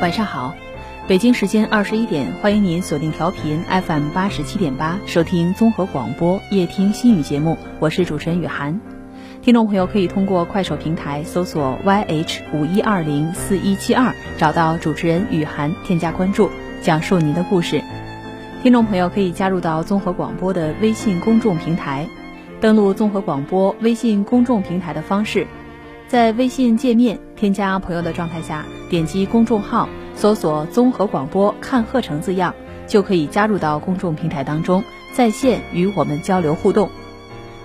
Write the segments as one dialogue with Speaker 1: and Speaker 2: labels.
Speaker 1: 晚上好，北京时间二十一点，欢迎您锁定调频 FM 八十七点八，收听综合广播夜听心语节目，我是主持人雨涵。听众朋友可以通过快手平台搜索 YH 五一二零四一七二，找到主持人雨涵，添加关注，讲述您的故事。听众朋友可以加入到综合广播的微信公众平台，登录综合广播微信公众平台的方式，在微信界面添加朋友的状态下，点击公众号，搜索“综合广播看鹤城”字样，就可以加入到公众平台当中，在线与我们交流互动。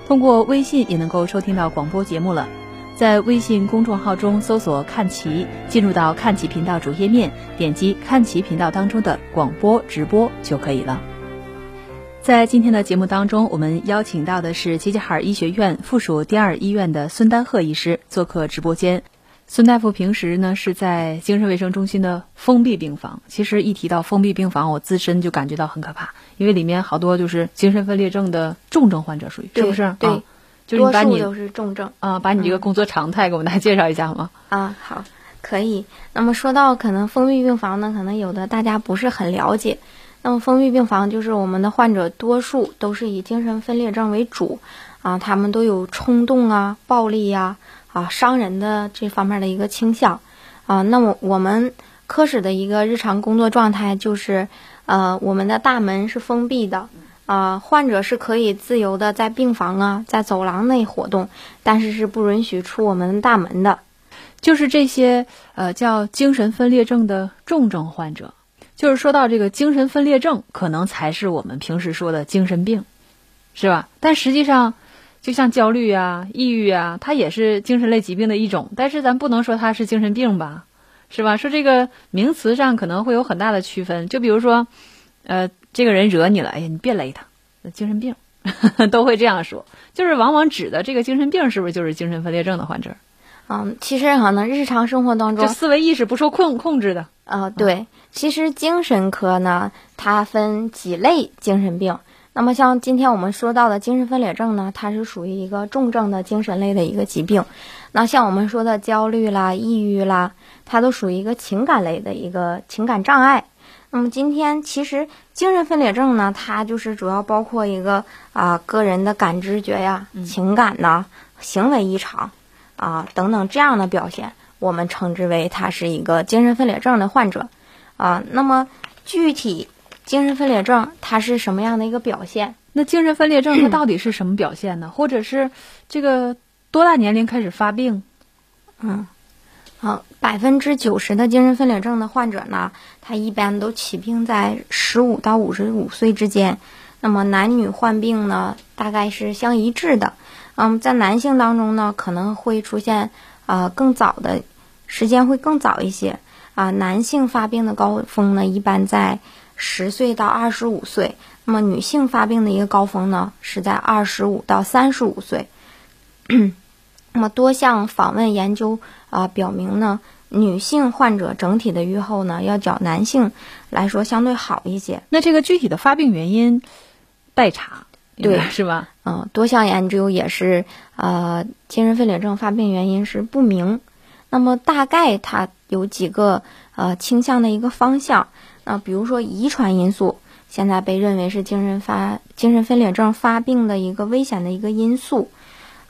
Speaker 1: 通过微信也能够收听到广播节目了。在微信公众号中搜索“看齐”，进入到看齐频道主页面，点击看齐频道当中的广播直播就可以了。在今天的节目当中，我们邀请到的是齐齐哈尔医学院附属第二医院的孙丹鹤医师做客直播间。孙大夫平时呢是在精神卫生中心的封闭病房。其实一提到封闭病房，我自身就感觉到很可怕，因为里面好多就是精神分裂症的重症患者，属于是不是？
Speaker 2: 对，
Speaker 1: 啊就是你把
Speaker 2: 多
Speaker 1: 你
Speaker 2: 数都是重症
Speaker 1: 啊，把你这个工作常态给我们大家介绍一下好吗？
Speaker 2: 啊。好，可以。那么说到可能封闭病房呢，可能有的大家不是很了解。那么封闭病房就是我们的患者多数都是以精神分裂症为主，啊，他们都有冲动啊、暴力呀、啊、伤人的这方面的一个倾向，啊，那么我们科室的一个日常工作状态就是，呃，我们的大门是封闭的，啊，患者是可以自由的在病房啊、在走廊内活动，但是是不允许出我们大门的。
Speaker 1: 就是这些呃叫精神分裂症的重症患者，就是说到这个精神分裂症，可能才是我们平时说的精神病，是吧？但实际上，就像焦虑啊、抑郁啊，它也是精神类疾病的一种，但是咱不能说它是精神病吧，是吧？说这个名词上可能会有很大的区分，就比如说，呃，这个人惹你了，哎呀，你别勒他，精神病。 都会这样说，就是往往指的这个精神病是不是就是精神分裂症的患者？
Speaker 2: 嗯，其实可能日常生活当中
Speaker 1: 就，思维意识不受控控制的。
Speaker 2: 呃，对，其实精神科呢，它分几类精神病。那么像今天我们说到的精神分裂症呢，它是属于一个重症的精神类的一个疾病。那像我们说的焦虑啦、抑郁啦，它都属于一个情感类的一个情感障碍。那么今天其实精神分裂症呢，它就是主要包括一个啊、个人的感知觉呀、情感呐、行为异常啊、等等这样的表现，我们称之为他是一个精神分裂症的患者啊、那么具体精神分裂症它是什么样的一个表现？
Speaker 1: 那精神分裂症它到底是什么表现呢？ 或者是这个多大年龄开始发病？
Speaker 2: 啊，百分之九十的精神分裂症的患者呢，他一般都起病在十五到五十五岁之间。那么男女患病呢，大概是相一致的。嗯，在男性当中呢，可能会出现呃更早的时间会更早一些啊、男性发病的高峰呢，一般在十岁到二十五岁；那么女性发病的一个高峰呢，是在二十五到三十五岁。那么多项访问研究啊、表明呢，女性患者整体的预后呢，要较男性来说相对好一些。
Speaker 1: 那这个具体的发病原因待查，
Speaker 2: 对
Speaker 1: 是吧？
Speaker 2: 嗯、多项研究也是呃，精神分裂症发病原因是不明。那么大概它有几个呃倾向的一个方向。那比如说遗传因素，现在被认为是精神发精神分裂症发病的一个危险的一个因素。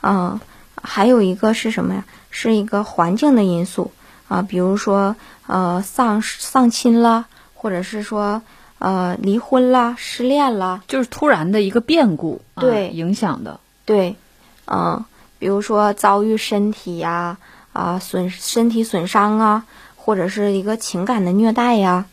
Speaker 2: 嗯、还有一个是什么呀？是一个环境的因素啊、比如说呃丧丧亲啦，或者是说呃离婚啦、失恋啦，
Speaker 1: 就是突然的一个变故，啊
Speaker 2: 对
Speaker 1: 影响的。
Speaker 2: 对，嗯，比如说遭遇身体呀、啊，损身体损伤啊，或者是一个情呃感的虐待呀、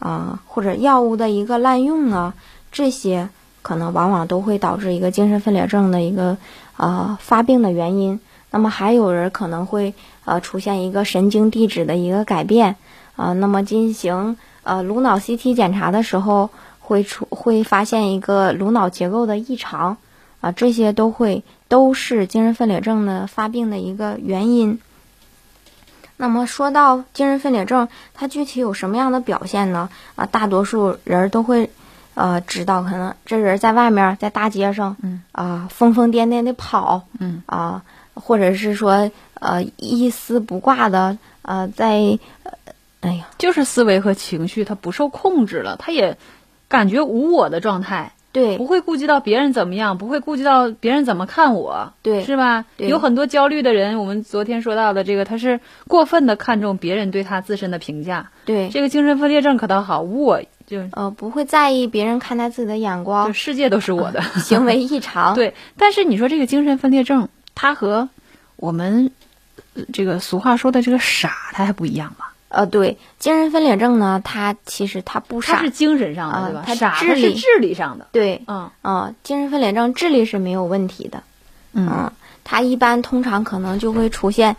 Speaker 2: 啊，或者药物的一个滥用啊，这些可能往往都会导致一个精神分裂症的一个呃发病的原因。那么还有人可能会呃出现一个神经递质的一个改变啊、呃，那么进行呃颅脑 CT 检查的时候会出会发现一个颅脑结构的异常啊、这些都会都是精神分裂症的发病的一个原因。那么说到精神分裂症，它具体有什么样的表现呢？啊，大多数人儿都会，呃，知道可能这人在外面儿在大街上，
Speaker 1: 嗯
Speaker 2: 啊、疯疯癫癫的跑，
Speaker 1: 嗯
Speaker 2: 啊、或者是说呃一丝不挂的呃在，呃哎呀，
Speaker 1: 就是思维和情绪它不受控制了，它也感觉无我的状态，
Speaker 2: 对
Speaker 1: 不会顾及到别人怎么样，不会顾及到别人怎么看我，
Speaker 2: 对
Speaker 1: 是吧？
Speaker 2: 对
Speaker 1: 有很多焦虑的人，我们昨天说到的这个，他是过分的看重别人对他自身的评价。
Speaker 2: 对，
Speaker 1: 这个精神分裂症可倒好，无我就
Speaker 2: 呃不会在意别人看待自己的眼
Speaker 1: 就
Speaker 2: 光，
Speaker 1: 世界都是我的。
Speaker 2: 行为 异常，
Speaker 1: 对，但是你说这个精神分裂症，它和我们呃这个俗话说的这个傻，它还不一样吧？
Speaker 2: 呃对，精神分裂症呢，它其实它不
Speaker 1: 它
Speaker 2: 傻
Speaker 1: 是，精神上的，
Speaker 2: 啊
Speaker 1: 对吧？
Speaker 2: 它
Speaker 1: 傻
Speaker 2: 智
Speaker 1: 它是
Speaker 2: 力
Speaker 1: 智力上的，
Speaker 2: 对，
Speaker 1: 嗯
Speaker 2: 啊、精神分裂症智力是没有问题的，
Speaker 1: 嗯
Speaker 2: 嗯，它一般通常可能就会出现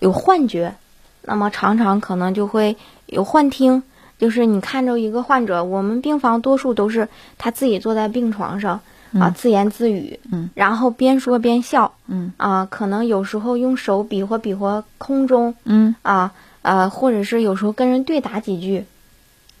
Speaker 2: 有幻觉，那么常常可能就会有幻听，就是你看着一个患者，我们病房多数都是他自己坐在病床上啊、
Speaker 1: 嗯
Speaker 2: 自言自语，
Speaker 1: 嗯，
Speaker 2: 然后边说边笑
Speaker 1: 嗯
Speaker 2: 啊、可能有时候用手比划比划空中
Speaker 1: 嗯
Speaker 2: 啊呃，或者是有时候跟人对打几句，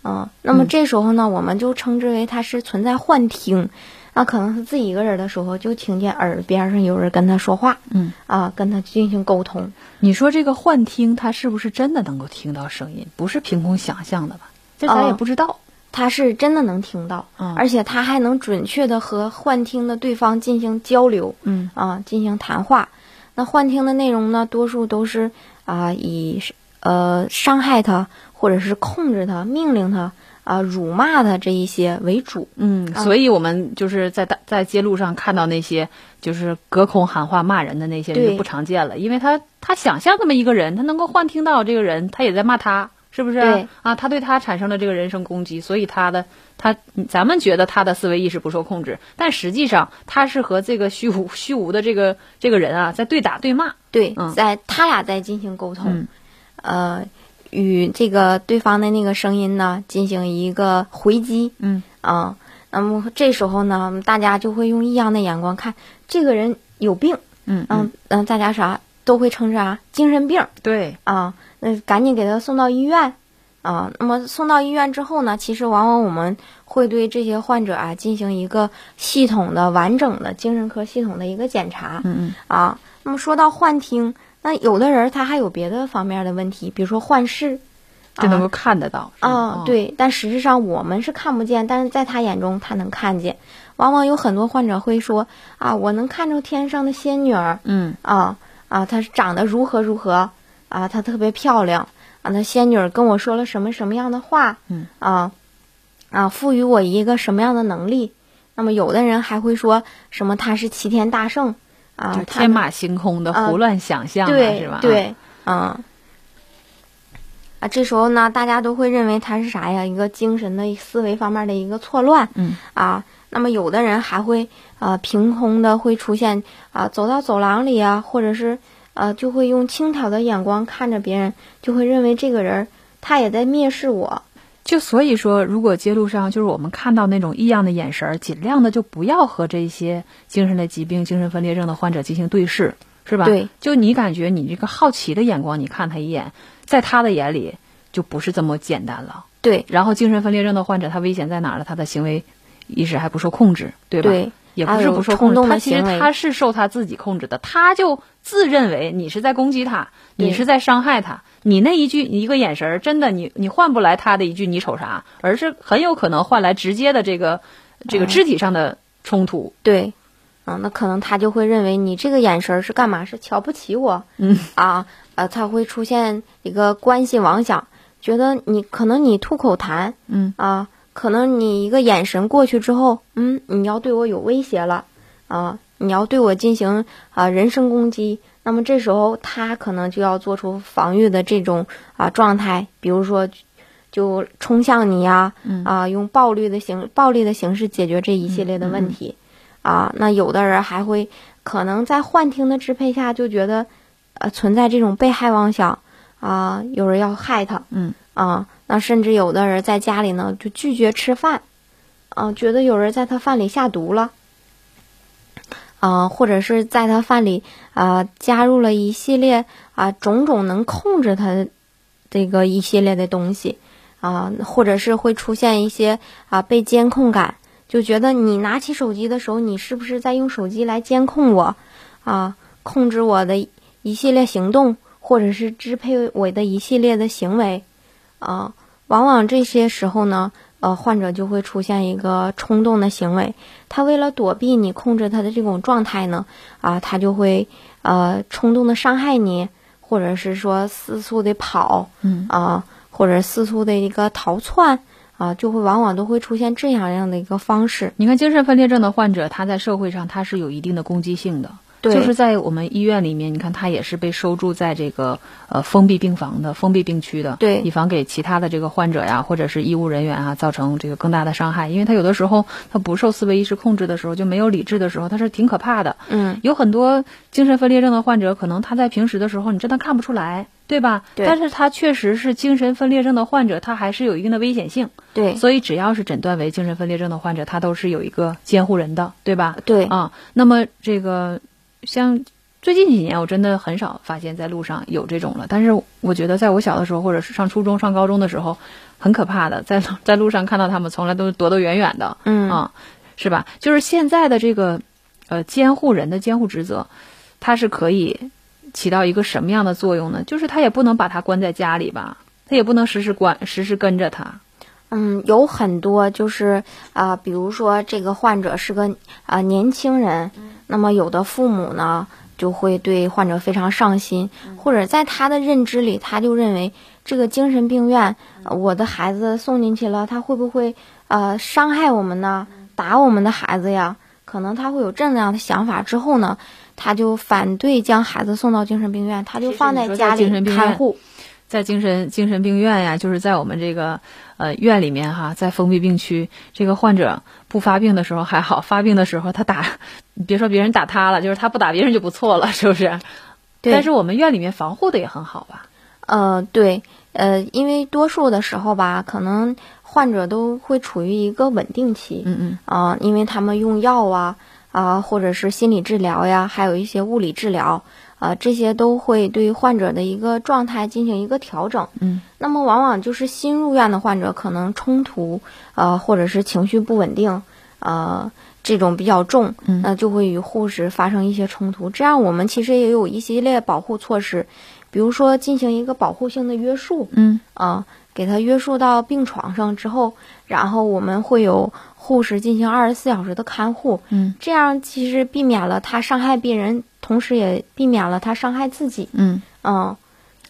Speaker 2: 嗯、那么
Speaker 1: 嗯
Speaker 2: 这时候呢，我们就称之为他是存在幻听。那可能是自己一个人的时候，就听见耳边上有人跟他说话，
Speaker 1: 嗯。
Speaker 2: 啊，跟他进行沟通。
Speaker 1: 你说这个幻听，它是不是真的能够听到声音？不是凭空想象的吧？这咱
Speaker 2: 哦
Speaker 1: 也不知道。
Speaker 2: 他是真的能听到，
Speaker 1: 嗯
Speaker 2: 而且他还能准确的和幻听的对方进行交流
Speaker 1: 嗯
Speaker 2: 啊，进行谈话。那幻听的内容呢，多数都是啊，以呃伤害他，或者是控制他、命令他啊、辱骂他这一些为主。
Speaker 1: 嗯，
Speaker 2: 啊
Speaker 1: 所以我们就是在大在街路上看到那些就是隔空喊话骂人的那些人
Speaker 2: 对
Speaker 1: 就不常见了，因为他他想象这么一个人，他能够幻听到这个人，他也在骂他，是不是啊
Speaker 2: 对？
Speaker 1: 啊，他对他产生了这个人身攻击，所以他的他咱们觉得他的思维意识不受控制，但实际上他是和这个虚无 虚无的这个这个人啊在对打对骂。
Speaker 2: 对，
Speaker 1: 嗯
Speaker 2: 在他俩在进行沟通，
Speaker 1: 嗯
Speaker 2: 呃，与这个对方的那个声音呢进行一个回击。
Speaker 1: 嗯
Speaker 2: 啊、那么这时候呢，大家就会用异样的眼光看这个人有病，
Speaker 1: 嗯
Speaker 2: 嗯嗯、大家啥都会称之啥精神病
Speaker 1: 对，
Speaker 2: 啊，那、赶紧给他送到医院啊。那么送到医院之后呢，其实往往我们会对这些患者啊进行一个系统的、完整的精神科系统的一个检查
Speaker 1: 嗯嗯。
Speaker 2: 啊。那么说到幻听，那有的人他还有别的方面的问题，比如说幻视。
Speaker 1: 就能
Speaker 2: 啊
Speaker 1: 够看得到。是吧嗯
Speaker 2: 啊、，对，但实际上我们是看不见，但是在他眼中他能看见。往往有很多患者会说啊，我能看着天上的仙女儿
Speaker 1: 嗯
Speaker 2: 啊啊，她长得如何如何啊，她特别漂亮啊，那仙女儿跟我说了什么什么样的话，
Speaker 1: 嗯
Speaker 2: 啊啊，赋予我一个什么样的能力？那么有的人还会说什么他是齐天大圣啊，
Speaker 1: 就
Speaker 2: 他
Speaker 1: 天马行空的
Speaker 2: 啊
Speaker 1: 胡乱想象啊，
Speaker 2: 对
Speaker 1: 是吧？
Speaker 2: 对，嗯。啊，这时候呢，大家都会认为他是啥呀？一个精神的思维方面的一个错乱
Speaker 1: 嗯
Speaker 2: 啊。那么有的人还会呃凭空的会出现啊、走到走廊里啊，或者是呃就会用轻佻的眼光看着别人，就会认为这个人儿他也在蔑视我。
Speaker 1: 就所以说，如果街路上就是我们看到那种异样的眼神儿，尽量的就不要和这些精神类疾病、精神分裂症的患者进行对视，是吧？
Speaker 2: 对，
Speaker 1: 就你感觉你这个好奇的眼光，你看他一眼，在他的眼里就不是这么简单了。
Speaker 2: 对
Speaker 1: 然后，精神分裂症的患者他危险在哪儿呢？他的行为意识还不受控制，对吧？
Speaker 2: 对
Speaker 1: 也不
Speaker 2: 还
Speaker 1: 是
Speaker 2: 有
Speaker 1: 不受
Speaker 2: 冲
Speaker 1: 控制，
Speaker 2: 动
Speaker 1: 他
Speaker 2: 的
Speaker 1: 其实
Speaker 2: 行为
Speaker 1: 他是受他自己控制的，他就自认为你是在攻击他，你
Speaker 2: 对
Speaker 1: 是在伤害他，你那一句你一个眼神儿，真的你你换不来他的一句你瞅啥，而是很有可能换来直接的这个这
Speaker 2: 嗯
Speaker 1: 个肢体上的冲突。
Speaker 2: 对，嗯、那可能他就会认为你这个眼神儿是干嘛？是瞧不起我？
Speaker 1: 嗯
Speaker 2: 啊，呃，他会出现一个关系妄想，觉得你可能你吐口痰
Speaker 1: 嗯
Speaker 2: 啊，可能你一个眼神过去之后，嗯，你要对我有威胁了啊，你要对我进行啊人身攻击，那么这时候他可能就要做出防御的这种啊状态，比如说就冲向你呀、啊，啊、呃，用暴力的形暴力的形式解决这一系列的问题，啊、那有的人还会可能在幻听的支配下就觉得，呃，存在这种被害妄想，啊、有人要害他，
Speaker 1: 嗯
Speaker 2: 啊，那甚至有的人在家里呢就拒绝吃饭，啊，觉得有人在他饭里下毒了，啊，或者是在他饭里啊加入了一系列啊种种能控制他这个一系列的东西，啊，或者是会出现一些啊被监控感，就觉得你拿起手机的时候，你是不是在用手机来监控我，啊，控制我的一系列行动，或者是支配我的一系列的行为，啊，往往这些时候呢，呃，患者就会出现一个冲动的行为，他为了躲避你控制他的这种状态呢，啊，他就会呃冲动的伤害你，或者是说四处的跑，
Speaker 1: 嗯
Speaker 2: 啊，或者四处的一个逃窜啊，就会往往都会出现这样样的一个方式。
Speaker 1: 你看，精神分裂症的患者，他在社会上他是有一定的攻击性的，
Speaker 2: 对
Speaker 1: 就是在我们医院里面，你看他也是被收住在这个呃封闭病房的、封闭病区的，
Speaker 2: 对
Speaker 1: 以防给其他的这个患者呀，或者是医务人员啊造成这个更大的伤害。因为他有的时候他不受思维意识控制的时候，就没有理智的时候，他是挺可怕的。
Speaker 2: 嗯，
Speaker 1: 有很多精神分裂症的患者，可能他在平时的时候你真的看不出来，对吧？
Speaker 2: 对
Speaker 1: 但是他确实是精神分裂症的患者，他还是有一定的危险性。
Speaker 2: 对，
Speaker 1: 所以只要是诊断为精神分裂症的患者，他都是有一个监护人的，对吧？
Speaker 2: 对
Speaker 1: 啊，那么这个像最近几年，我真的很少发现在路上有这种了。但是我觉得，在我小的时候，或者是上初中、上高中的时候，很可怕的，在路在路上看到他们，从来都是躲躲远远的，
Speaker 2: 嗯
Speaker 1: 啊，是吧？就是现在的这个呃监护人的监护职责，它是可以起到一个什么样的作用呢？就是他也不能把他关在家里吧，他也不能时时关时时跟着他。
Speaker 2: 嗯，有很多就是啊、呃比如说这个患者是个啊、呃年轻人，
Speaker 1: 嗯
Speaker 2: 那么有的父母呢就会对患者非常上心，
Speaker 1: 嗯
Speaker 2: 或者在他的认知里，他就认为这个精神病院，呃
Speaker 1: 嗯
Speaker 2: 我的孩子送进去了，他会不会呃伤害我们呢？
Speaker 1: 嗯
Speaker 2: 打我们的孩子呀？可能他会有这样的想法之后呢，他就反对将孩子送到精神病院，他就
Speaker 1: 其实
Speaker 2: 放
Speaker 1: 你
Speaker 2: 在
Speaker 1: 说在
Speaker 2: 家
Speaker 1: 精
Speaker 2: 里
Speaker 1: 神病
Speaker 2: 看
Speaker 1: 院
Speaker 2: 护。
Speaker 1: 在精神精神病院呀，就是在我们这个呃院里面哈，在封闭病区，这个患者不发病的时候还好，发病的时候他打， 你别说别人打他了，就是他不打别人就不错了， 是不是？
Speaker 2: 对
Speaker 1: 但是我们院里面防护的也很好吧？
Speaker 2: 呃，对，呃，因为多数的时候吧，可能患者都会处于一个稳定期，
Speaker 1: 嗯嗯
Speaker 2: 啊、因为他们用药啊，啊、或者是心理治疗呀，还有一些物理治疗，啊、这些都会对患者的一个状态进行一个调整。
Speaker 1: 嗯，
Speaker 2: 那么往往就是新入院的患者可能冲突，呃，或者是情绪不稳定，呃，这种比较重，
Speaker 1: 嗯
Speaker 2: 那就会与护士发生一些冲突。这样我们其实也有一系列保护措施，比如说进行一个保护性的约束，
Speaker 1: 嗯
Speaker 2: 啊、给他约束到病床上之后，然后我们会有护士进行二十四小时的看护，
Speaker 1: 嗯
Speaker 2: 这样其实避免了他伤害别人，同时也避免了他伤害自己。
Speaker 1: 嗯，
Speaker 2: 嗯，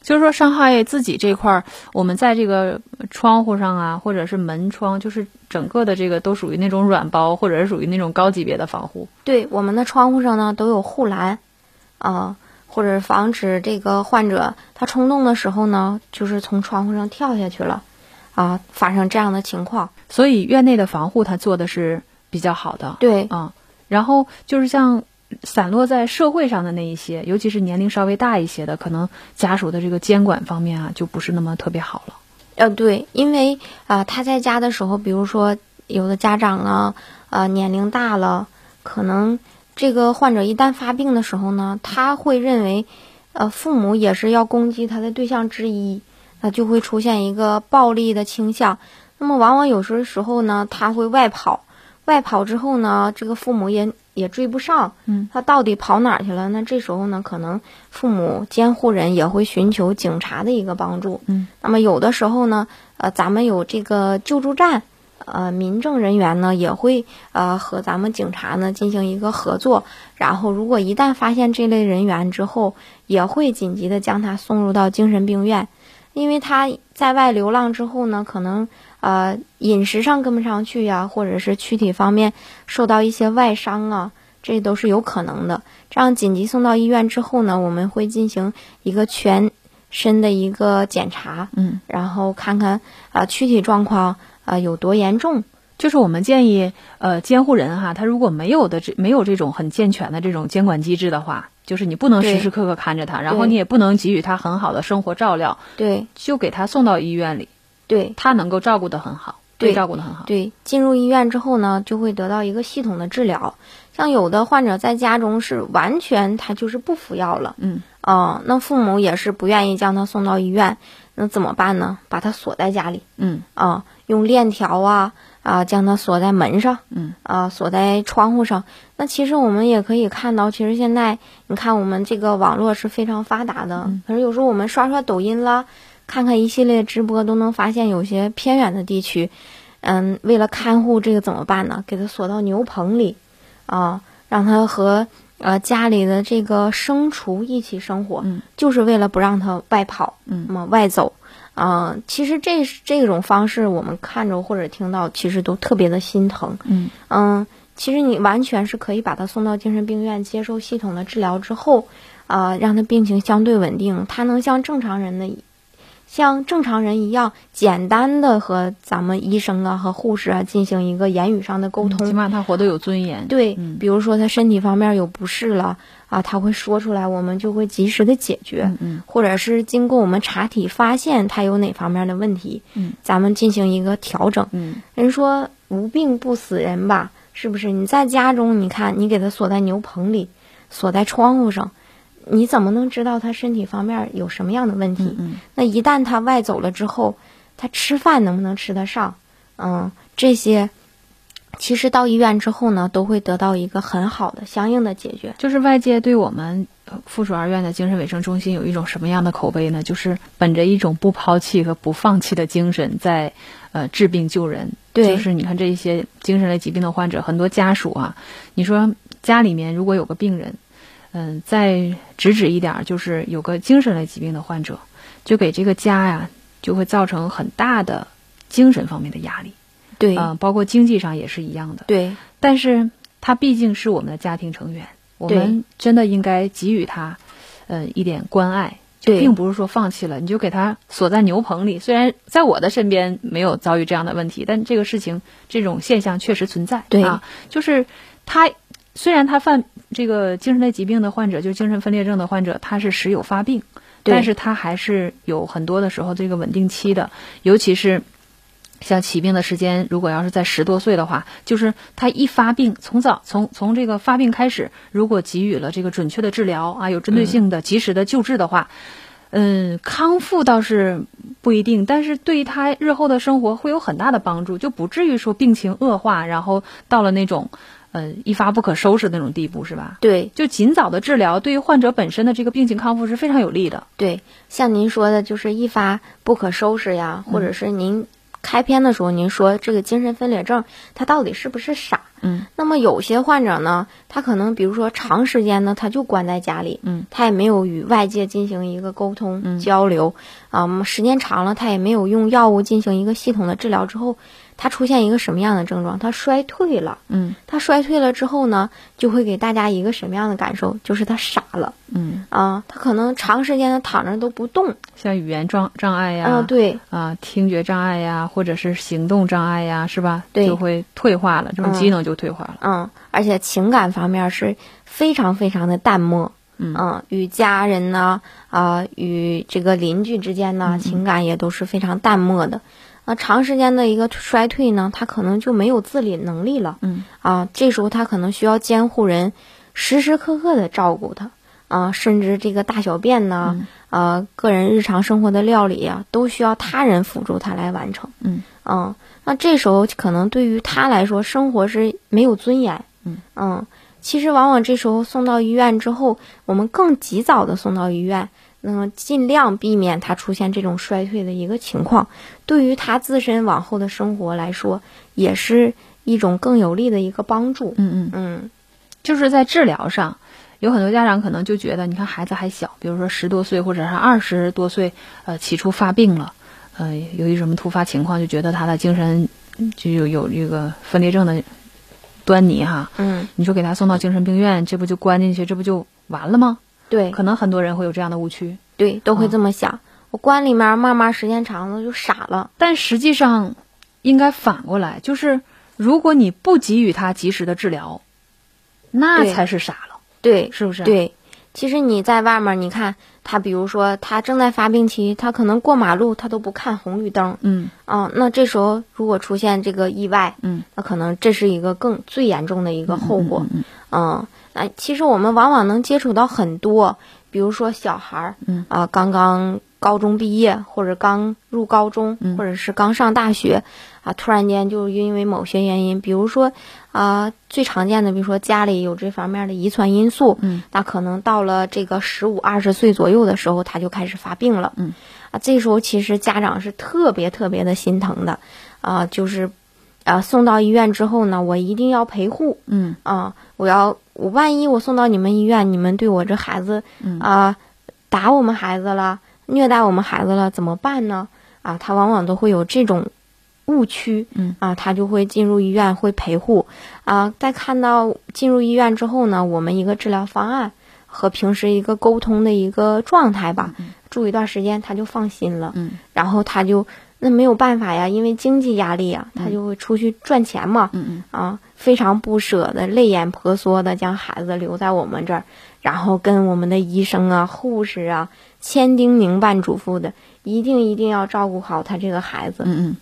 Speaker 1: 就是说伤害自己这块儿，我们在这个窗户上啊，或者是门窗，就是整个的这个都属于那种软包，或者是属于那种高级别的防护。
Speaker 2: 对，我们的窗户上呢都有护栏，啊、或者防止这个患者他冲动的时候呢，就是从窗户上跳下去了，啊、发生这样的情况。
Speaker 1: 所以院内的防护它做的是比较好的。
Speaker 2: 对，
Speaker 1: 啊，然后就是像散落在社会上的那一些，尤其是年龄稍微大一些的，可能家属的这个监管方面啊，就不是那么特别好了。
Speaker 2: 呃，对，因为啊、他在家的时候，比如说有的家长啊，呃，年龄大了，可能这个患者一旦发病的时候呢，他会认为，呃，父母也是要攻击他的对象之一，那、就会出现一个暴力的倾向。那么，往往有时候时候呢，他会外跑，外跑之后呢，这个父母也也追不上，
Speaker 1: 嗯，
Speaker 2: 他到底跑哪儿去了？那这时候呢，可能父母监护人也会寻求警察的一个帮助，那么有的时候呢，呃，咱们有这个救助站，呃，民政人员呢也会呃和咱们警察呢进行一个合作，然后如果一旦发现这类人员之后，也会紧急的将他送入到精神病院，因为他在外流浪之后呢，可能呃饮食上跟不上去呀、或者是躯体方面受到一些外伤啊。这都是有可能的。这样紧急送到医院之后呢，我们会进行一个全深的一个检查，
Speaker 1: 嗯，
Speaker 2: 然后看看啊、呃躯体状况啊、呃有多严重。
Speaker 1: 就是我们建议，呃，监护人哈，他如果没有的这没有这种很健全的这种监管机制的话，就是你不能
Speaker 2: 对
Speaker 1: 时时刻刻看着他，然后
Speaker 2: 对
Speaker 1: 你也不能给予他很好的生活照料，
Speaker 2: 对
Speaker 1: 就给他送到医院里，
Speaker 2: 对
Speaker 1: 他能够照顾得很好，被
Speaker 2: 对
Speaker 1: 照顾得很好。
Speaker 2: 对，进入医院之后呢，就会得到一个系统的治疗。像有的患者在家中是完全他就是不服药了，
Speaker 1: 嗯，
Speaker 2: 哦、那父母也是不愿意将他送到医院，那怎么办呢？把他锁在家里，
Speaker 1: 嗯
Speaker 2: 啊、用链条啊啊、将它锁在门上，
Speaker 1: 嗯
Speaker 2: 啊、锁在窗户上。那其实我们也可以看到，其实现在你看我们这个网络是非常发达的，可是有时候我们刷刷抖音啦，看看一系列直播，都能发现有些偏远的地区，嗯，为了看护这个怎么办呢？给它锁到牛棚里，啊、让它和。呃，家里的这个牲畜一起生活，
Speaker 1: 嗯
Speaker 2: 就是为了不让它外跑，
Speaker 1: 嗯
Speaker 2: 那么外走，啊、其实这是这种方式，我们看着或者听到，其实都特别的心疼。
Speaker 1: 嗯
Speaker 2: 嗯，其实你完全是可以把他送到精神病院接受系统的治疗之后，啊、让他病情相对稳定，他能像正常人的一，像正常人一样，简单的和咱们医生啊和护士啊进行一个言语上的沟通
Speaker 1: 起。码他活得有尊严。
Speaker 2: 对
Speaker 1: 嗯，
Speaker 2: 比如说他身体方面有不适了啊，他会说出来，我们就会及时的解决。
Speaker 1: 嗯嗯
Speaker 2: 或者是经过我们查体发现他有哪方面的问题，
Speaker 1: 嗯，
Speaker 2: 咱们进行一个调整。
Speaker 1: 嗯
Speaker 2: 人说无病不死人吧，是不是？你在家中，你看你给他锁在牛棚里，锁在窗户上，你怎么能知道他身体方面有什么样的问题？
Speaker 1: 嗯嗯
Speaker 2: 那一旦他外走了之后，他吃饭能不能吃得上？嗯，这些其实到医院之后呢，都会得到一个很好的相应的解决。
Speaker 1: 就是外界对我们呃附属儿院的精神卫生中心有一种什么样的口碑呢？就是本着一种不抛弃和不放弃的精神在，呃治病救人。
Speaker 2: 对
Speaker 1: 就是你看这一些精神类疾病的患者，很多家属啊，你说家里面如果有个病人，嗯、再直指一点儿，就是有个精神类疾病的患者，嗯就给这个家呀、就会造成很大的精神方面的压力，
Speaker 2: 对、
Speaker 1: 嗯、包括经济上也是一样的。
Speaker 2: 对
Speaker 1: 但是他毕竟是我们的家庭成员，我
Speaker 2: 对
Speaker 1: 们真的应该给予他，呃，一点关爱，
Speaker 2: 对，
Speaker 1: 并不是说放弃了你就给他锁在牛棚里。虽然在我的身边没有遭遇这样的问题，但这个事情这种现象确实存在。
Speaker 2: 对
Speaker 1: 啊，就是他虽然他犯这个精神类疾病的患者，就精神分裂症的患者，他是时有发病，
Speaker 2: 对
Speaker 1: 但是他还是有很多的时候这个稳定期的，尤其是。像起病的时间，如果要是在十多岁的话，就是他一发病，从早从从这个发病开始，如果给予了这个准确的治疗啊，有针对性的、及时的救治的话，嗯，康复倒是不一定，但是对于他日后的生活会有很大的帮助，就不至于说病情恶化，然后到了那种，呃，一发不可收拾的那种地步，是吧？
Speaker 2: 对
Speaker 1: 就尽早的治疗，对于患者本身的这个病情康复是非常有利的。
Speaker 2: 对，像您说的，就是一发不可收拾呀，或
Speaker 1: 嗯
Speaker 2: 者是您开篇的时候您说这个精神分裂症，它到底是不是傻？
Speaker 1: 嗯，
Speaker 2: 那么有些患者呢，他可能比如说长时间呢，他就关在家里，
Speaker 1: 嗯，
Speaker 2: 他也没有与外界进行一个沟通、
Speaker 1: 嗯
Speaker 2: 交流，啊、嗯，时间长了，他也没有用药物进行一个系统的治疗之后，他出现一个什么样的症状？他衰退了，
Speaker 1: 嗯
Speaker 2: 他衰退了之后呢，就会给大家一个什么样的感受？就是他傻了。
Speaker 1: 嗯，
Speaker 2: 啊，他可能长时间的躺着都不动。
Speaker 1: 像语言障障碍呀，
Speaker 2: 嗯、对
Speaker 1: 啊，听觉障碍呀，或者是行动障碍呀，是吧？
Speaker 2: 对
Speaker 1: 就会退化了，这种
Speaker 2: 嗯
Speaker 1: 机能就退化了。
Speaker 2: 嗯，而且情感方面是非常非常的淡漠。
Speaker 1: 嗯
Speaker 2: 与家人呢，啊、与这个邻居之间
Speaker 1: 嗯
Speaker 2: 呢，情感也都是非常淡漠的。那、长时间的一个衰退呢，他可能就没有自理能力了。
Speaker 1: 嗯
Speaker 2: 啊，这时候他可能需要监护人时时刻刻的照顾他。啊，甚至这个大小便呐，
Speaker 1: 嗯
Speaker 2: 呃，个人日常生活的料理呀、都需要他人辅助他来完成。
Speaker 1: 嗯
Speaker 2: 嗯，那这时候可能对于他来说，生活是没有尊严。
Speaker 1: 嗯
Speaker 2: 其实往往这时候送到医院之后，我们更及早的送到医院，那么尽量避免他出现这种衰退的一个情况，对于他自身往后的生活来说，也是一种更有利的一个帮助。
Speaker 1: 嗯嗯。
Speaker 2: 嗯，
Speaker 1: 就是在治疗上，有很多家长可能就觉得，你看孩子还小，比如说十多岁或者是二十多岁，呃，起初发病了，呃，由于什么突发情况，就觉得他的精神就有有这个分裂症的端倪哈。
Speaker 2: 嗯，
Speaker 1: 你说给他送到精神病院，这不就关进去，这不就完了吗？
Speaker 2: 对
Speaker 1: 可能很多人会有这样的误区，
Speaker 2: 对，都会这么想。我关里面慢慢时间长了就傻了，
Speaker 1: 但实际上应该反过来，就是如果你不给予他及时的治疗，那
Speaker 2: 对
Speaker 1: 才是傻了，
Speaker 2: 对，
Speaker 1: 是不是？，
Speaker 2: 对，其实你在外面，你看他，比如说他正在发病期，他可能过马路他都不看红绿灯
Speaker 1: 嗯
Speaker 2: 啊，那这时候如果出现这个意外，
Speaker 1: 嗯，
Speaker 2: 那可能这是一个更最严重的一个后果，
Speaker 1: 嗯
Speaker 2: 嗯，那其实我们往往能接触到很多，比如说小孩儿，
Speaker 1: 嗯
Speaker 2: 啊、刚刚高中毕业，或者刚入高中，
Speaker 1: 嗯
Speaker 2: 或者是刚上大学，啊，突然间就因为某些原因，比如说啊、最常见的，比如说家里有这方面的遗传因素，
Speaker 1: 嗯，
Speaker 2: 那可能到了这个十五二十岁左右的时候，他就开始发病了，
Speaker 1: 嗯，
Speaker 2: 啊，这时候其实家长是特别特别的心疼的，啊、就是。啊，送到医院之后呢，我一定要陪护，
Speaker 1: 嗯
Speaker 2: 啊，我要我万一我送到你们医院，你们对我这孩子
Speaker 1: 嗯
Speaker 2: 啊、打我们孩子了，虐待我们孩子了，怎么办呢？啊，他往往都会有这种误区，
Speaker 1: 嗯
Speaker 2: 啊，他就会进入医院会陪护，啊，在看到进入医院之后呢，我们一个治疗方案和平时一个沟通的一个状态吧，住一段时间他就放心了，
Speaker 1: 嗯
Speaker 2: 然后他就那没有办法呀，因为经济压力呀，他
Speaker 1: 嗯
Speaker 2: 就会出去赚钱嘛，
Speaker 1: 嗯嗯
Speaker 2: 啊，非常不舍得、泪眼婆娑的将孩子留在我们这儿，然后跟我们的医生啊、护士啊千叮咛万嘱咐的，一定一定要照顾好他这个孩子。
Speaker 1: 嗯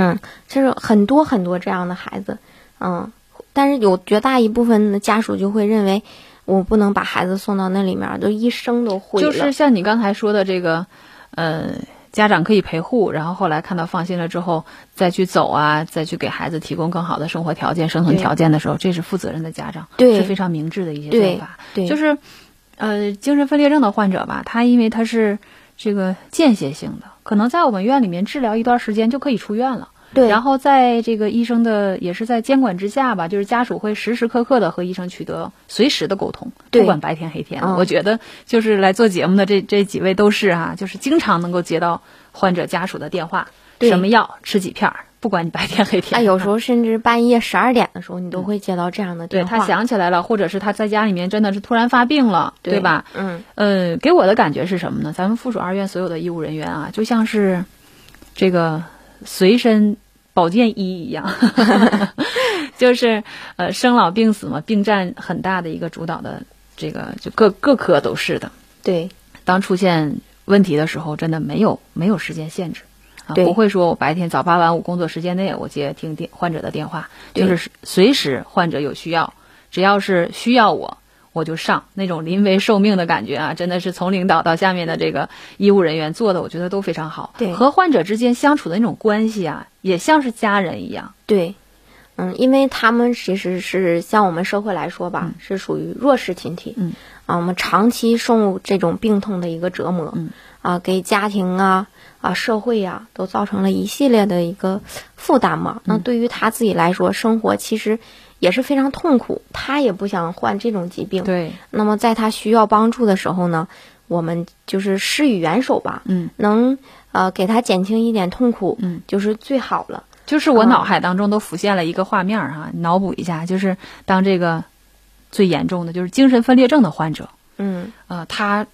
Speaker 2: 嗯，这是很多很多这样的孩子，嗯，但是有绝大一部分的家属就会认为，我不能把孩子送到那里面儿，都一生都
Speaker 1: 嗯，
Speaker 2: 毁了。
Speaker 1: 就是像你刚才说的这个，呃，家长可以陪护，然后后来看到放心了之后再去走啊，再去给孩子提供更好的生活条件、生存
Speaker 2: 对
Speaker 1: 条件的时候，这是负责任的家长，
Speaker 2: 对
Speaker 1: 是非常明智的一些
Speaker 2: 对
Speaker 1: 做法。
Speaker 2: 对，
Speaker 1: 就是，呃，精神分裂症的患者吧，他因为他是这个间歇性的，可能在我们院里面治疗一段时间就可以出院了。
Speaker 2: 对，
Speaker 1: 然后在这个医生的也是在监管之下吧，就是家属会时时刻刻的和医生取得随时的沟通，
Speaker 2: 对
Speaker 1: 不管白天黑天的。
Speaker 2: 嗯
Speaker 1: 我觉得就是来做节目的这这几位都是哈、就是经常能够接到患者家属的电话，
Speaker 2: 对
Speaker 1: 什么药吃几片儿，不管你白天黑天。
Speaker 2: 啊，有时候甚至半夜十二点的时候，你都会接到这样的
Speaker 1: 嗯对
Speaker 2: 电话。
Speaker 1: 他想起来了，或者是他在家里面真的是突然发病了，
Speaker 2: 对
Speaker 1: 吧？？
Speaker 2: 嗯，
Speaker 1: 呃，给我的感觉是什么呢？咱们附属二院所有的医务人员啊，就像是这个随身保健医一样， 就是呃生老病死嘛，病占很大的一个主导的这个，就各各科都是的。
Speaker 2: 对，
Speaker 1: 当出现问题的时候，真的没有没有时间限制。啊，
Speaker 2: 对
Speaker 1: 不会说我白天早八晚五工作时间内我接听电患者的电话，
Speaker 2: 对
Speaker 1: 就是随时患者有需要，只要是需要我，我就上那种临危受命的感觉啊，真的是从领导到下面的这个医务人员做的，我觉得都非常好。
Speaker 2: 对
Speaker 1: 和患者之间相处的那种关系啊，也像是家人一样。
Speaker 2: 对，嗯，因为他们其实是像我们社会来说吧，是属于弱势群体，
Speaker 1: 嗯，
Speaker 2: 啊，我们长期受这种病痛的一个折磨，
Speaker 1: 嗯，
Speaker 2: 啊，给家庭啊啊社会呀、都造成了一系列的一个负担嘛。
Speaker 1: 嗯
Speaker 2: 那对于他自己来说，生活其实也是非常痛苦，他也不想患这种疾病，
Speaker 1: 对，
Speaker 2: 那么在他需要帮助的时候呢，我们就是施予援手吧，
Speaker 1: 嗯，
Speaker 2: 能呃给他减轻一点痛苦，
Speaker 1: 嗯，
Speaker 2: 就是最好了。
Speaker 1: 就是我
Speaker 2: 嗯
Speaker 1: 脑海当中都浮现了一个画面儿哈、脑补一下，就是当这个最严重的就是精神分裂症的患者，
Speaker 2: 嗯，
Speaker 1: 呃，他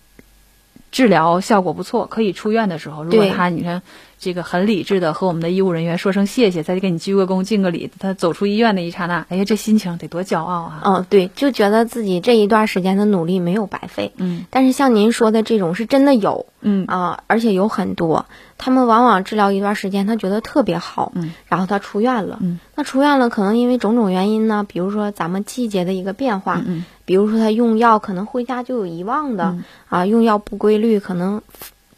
Speaker 1: 治疗效果不错，可以出院的时候，如果
Speaker 2: 对
Speaker 1: 他你看这个很理智的和我们的医务人员说声谢谢，再给你鞠个躬、敬个礼，他走出医院那一刹那，哎呀，这心情得多骄傲啊！
Speaker 2: 哦，对，就觉得自己这一段时间的努力没有白费。
Speaker 1: 嗯
Speaker 2: 但是像您说的这种是真的有
Speaker 1: 嗯
Speaker 2: 啊、而且有很多，他们往往治疗一段时间，他觉得特别好，
Speaker 1: 嗯，
Speaker 2: 然后他出院了，
Speaker 1: 嗯，
Speaker 2: 那出院了可能因为种种原因呢，比如说咱们季节的一个变化，
Speaker 1: 嗯
Speaker 2: 比如说他用药可能回家就有遗忘的、
Speaker 1: 嗯
Speaker 2: 啊，用药不规律，可能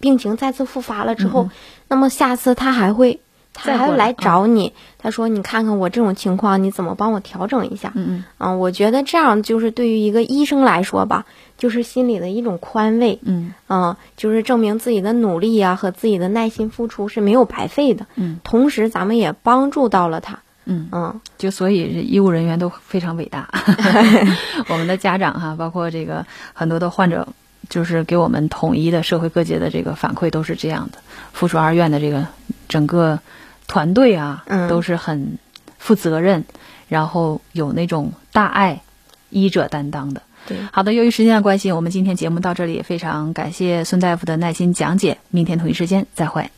Speaker 2: 病情再次复发了之后，那么下次他还会他
Speaker 1: 嗯再
Speaker 2: 还
Speaker 1: 过
Speaker 2: 会
Speaker 1: 来啊
Speaker 2: 来找你，他说你看看我这种情况，你怎么帮我调整一下？
Speaker 1: 嗯嗯
Speaker 2: 啊，我觉得这样就是对于一个医生来说吧，就是心里的一种宽慰，
Speaker 1: 嗯
Speaker 2: 啊，就是证明自己的努力呀、和自己的耐心付出是没有白费的，
Speaker 1: 嗯
Speaker 2: 同时咱们也帮助到了他，
Speaker 1: 嗯，
Speaker 2: 嗯，
Speaker 1: 就所以这医务人员都非常伟大，我们的家长哈、包括这个很多的患者。就是给我们统一的社会各界的这个反馈都是这样的，附属二院的这个整个团队啊，
Speaker 2: 嗯
Speaker 1: 都是很负责任，然后有那种大爱、医者担当的。
Speaker 2: 对，
Speaker 1: 好的，由于时间的关系，我们今天节目到这里，非常感谢孙大夫的耐心讲解。明天同一时间再会。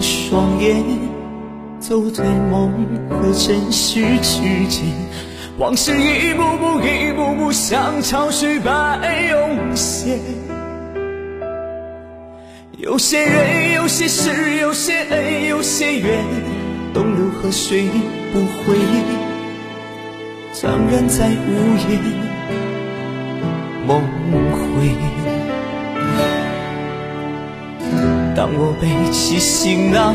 Speaker 3: 双眼走在梦和现实之间，往事一幕幕、一幕幕像潮水般涌现。有些人、有些事、有些恩、有些怨，东流河水不回，怅然在午夜梦回。当我背起行囊，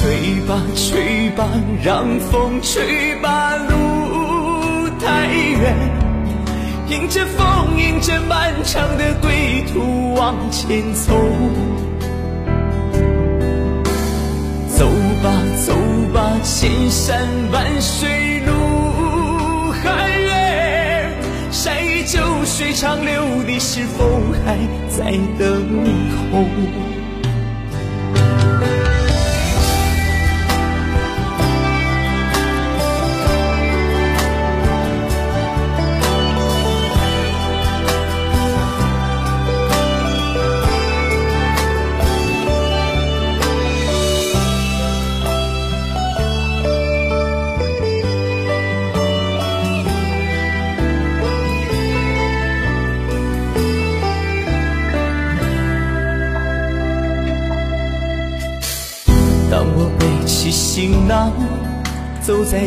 Speaker 3: 吹吧，吹吧，让风吹吧，路太远。迎着风，迎着漫长的归途往前走。走吧，走吧，千山万水路还远。山依旧，水长流，你是否还在等候？行囊走在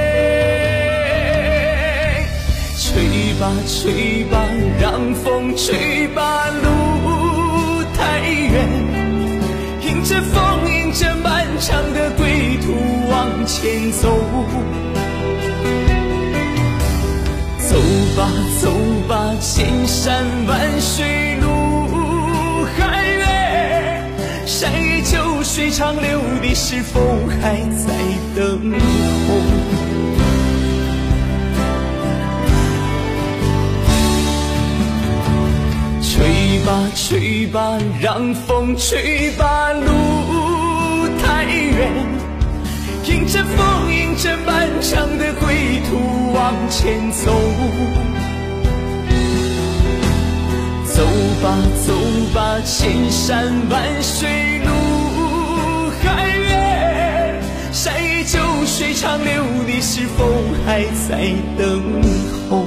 Speaker 3: 吹吧，吹吧，让风吹吧，路太远。迎着风，迎着漫长的归途往前走。走吧，走吧，千山万水路还远。山依旧，水长流，你是否还在等候？吹吧，吹吧，让风吹吧，路太远。迎着风，迎着漫长的归途往前走。走吧，走吧，千山万水路还远。山依旧，水长流，你是否还在等候？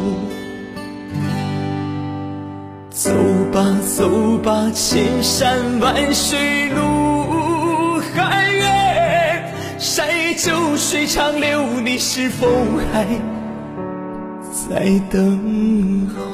Speaker 3: 走吧，走吧，千山万水路还远，山旧水长流，你是否还在等候？